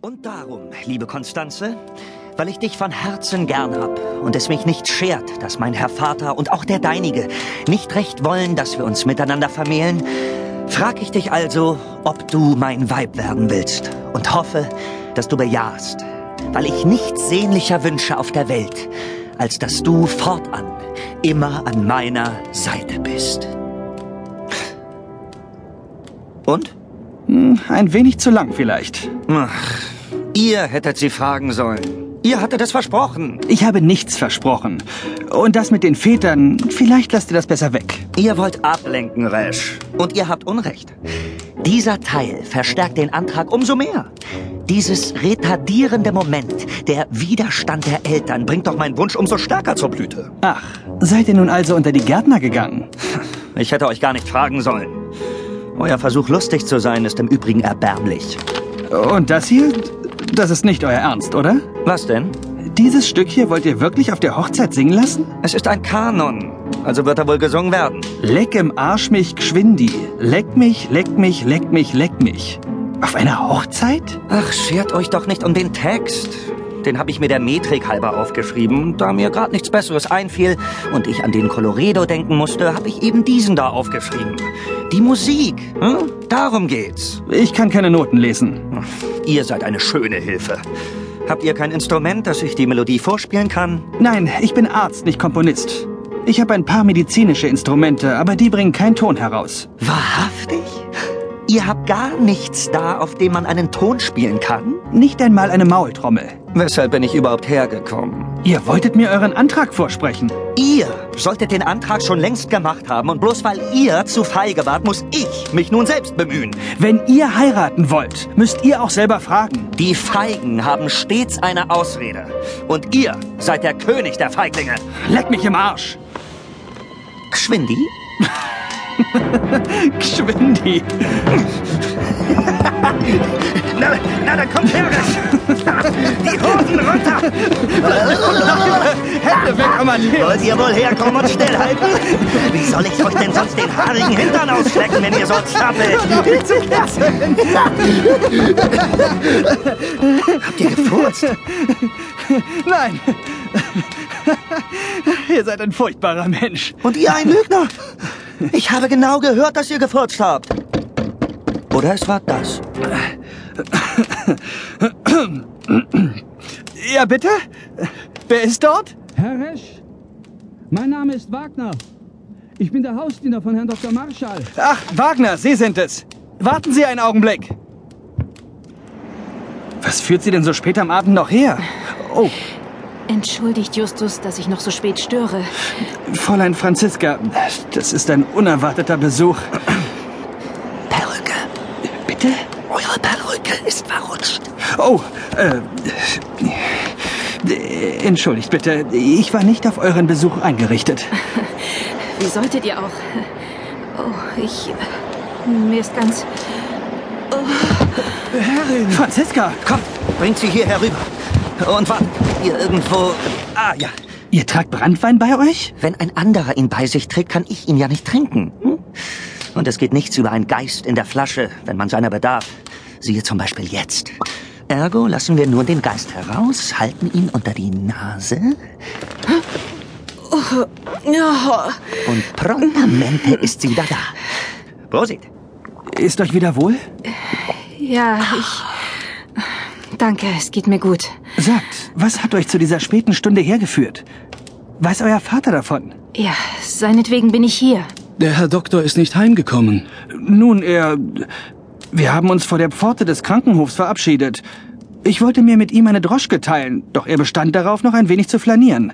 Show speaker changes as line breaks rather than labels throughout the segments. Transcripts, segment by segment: Und darum, liebe Konstanze, weil ich dich von Herzen gern hab und es mich nicht schert, dass mein Herr Vater und auch der deinige nicht recht wollen, dass wir uns miteinander vermählen, frag ich dich also, ob du mein Weib werden willst und hoffe, dass du bejahst, weil ich nichts sehnlicher wünsche auf der Welt, als dass du fortan immer an meiner Seite bist. Und?
Hm, Ein wenig zu lang vielleicht.
Ach, ihr hättet sie fragen sollen. Ihr hattet es versprochen.
Ich habe nichts versprochen. Und das mit den Vätern, vielleicht lasst ihr das besser weg.
Ihr wollt ablenken, Resch. Und ihr habt Unrecht. Dieser Teil verstärkt den Antrag umso mehr. Dieses retardierende Moment, der Widerstand der Eltern, bringt doch meinen Wunsch umso stärker zur Blüte.
Ach, seid ihr nun also unter die Gärtner gegangen?
Ich hätte euch gar nicht fragen sollen. Euer Versuch, lustig zu sein, ist im Übrigen erbärmlich.
Und das hier? Das ist nicht euer Ernst, oder?
Was denn?
Dieses Stück hier wollt ihr wirklich auf der Hochzeit singen lassen?
Es ist ein Kanon. Also wird er wohl gesungen werden.
Leck im Arsch mich geschwindi. Leck mich, leck mich, leck mich, leck mich. Auf einer Hochzeit?
Ach, schert euch doch nicht um den Text. Den habe ich mir der Metrik halber aufgeschrieben. Da mir gerade nichts Besseres einfiel und ich an den Colorado denken musste, habe ich eben diesen da aufgeschrieben. Die Musik, hm? darum geht's. Hm,
Ich kann keine Noten lesen.
Ihr seid eine schöne Hilfe. Habt ihr kein Instrument, das ich die Melodie vorspielen kann?
Nein, ich bin Arzt, nicht Komponist. Ich habe ein paar medizinische Instrumente, aber die bringen keinen Ton heraus.
Wahrhaftig? Ihr habt gar nichts da, auf dem man einen Ton spielen kann?
Nicht einmal eine Maultrommel.
Weshalb bin ich überhaupt hergekommen?
Ihr wolltet mir euren Antrag vorsprechen.
Ihr solltet den Antrag schon längst gemacht haben und bloß weil ihr zu feige wart, muss ich mich nun selbst bemühen.
Wenn ihr heiraten wollt, müsst ihr auch selber fragen.
Die Feigen haben stets eine Ausrede. Und ihr seid der König der Feiglinge.
Leck mich im Arsch.
Schwindi?
Geschwindi.
Na, na dann kommt her! Die Hosen runter!
Hände weg, Amadeus.
Wollt ihr wohl herkommen und stillhalten? Wie soll ich euch denn sonst den haarigen Hintern ausschlecken, wenn ihr so zappelt? Habt ihr gefurzt?
Nein. ihr seid ein furchtbarer Mensch.
Und ihr ein Lügner! Ich habe genau gehört, dass ihr gefurzt habt. Oder es war das.
Ja, bitte? Wer ist dort?
Herr Resch, mein Name ist Wagner. Ich bin der Hausdiener von Herrn Dr. Marschall.
Ach, Wagner, Sie sind es. Warten Sie einen Augenblick. Was führt Sie denn so spät am Abend noch her? Oh,
Entschuldigt, Justus, dass ich noch so spät störe.
Fräulein Franziska, das ist ein unerwarteter Besuch.
Perücke.
Bitte?
Eure Perücke ist verrutscht.
Oh, äh, äh, entschuldigt bitte. Ich war nicht auf euren Besuch eingerichtet.
Wie solltet ihr auch? Oh, ich. Mir ist ganz.
Franziska,
Kommt, bringt sie hier herüber. Und wartet, ihr irgendwo... Ah, ja.
ihr tragt Brandwein bei euch?
Wenn ein anderer ihn bei sich trägt, kann ich ihn ja nicht trinken. Hm? Und es geht nichts über einen Geist in der Flasche, wenn man seiner bedarf. Siehe zum Beispiel jetzt. Ergo lassen wir nur den Geist heraus, halten ihn unter die Nase
Oh,
und prontamente ist sie wieder da. Prosit.
Ist euch wieder wohl?
ja, ich. Danke, es geht mir gut.
Sagt, was hat euch zu dieser späten Stunde hergeführt? Weiß euer Vater davon?
Ja, seinetwegen bin ich hier.
Der Herr Doktor ist nicht heimgekommen.
Nun, er. Wir haben uns vor der Pforte des Krankenhofs verabschiedet. Ich wollte mir mit ihm eine Droschke teilen, doch er bestand darauf, noch ein wenig zu flanieren.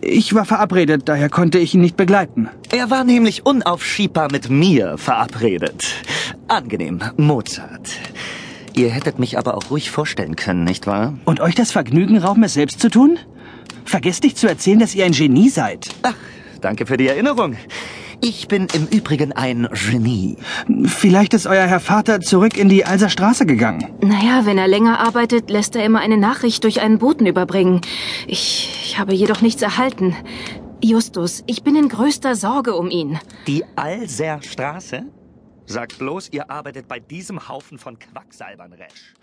Ich war verabredet, daher konnte ich ihn nicht begleiten.
Er war nämlich unaufschiebbar mit mir verabredet. Angenehm, Mozart. Ihr hättet mich aber auch ruhig vorstellen können, nicht wahr?
Und euch das Vergnügen rauben, es selbst zu tun? Vergesst nicht zu erzählen, dass ihr ein Genie seid.
Ach, danke für die Erinnerung. Ich bin im Übrigen ein Genie.
Vielleicht ist euer Herr Vater zurück in die Alser Straße gegangen.
Naja, wenn er länger arbeitet, lässt er immer eine Nachricht durch einen Boten überbringen. Ich, ich habe jedoch nichts erhalten. Justus, ich bin in größter Sorge um ihn.
Die Alser Straße? Sagt bloß, ihr arbeitet bei diesem Haufen von Quacksalbern, Resch.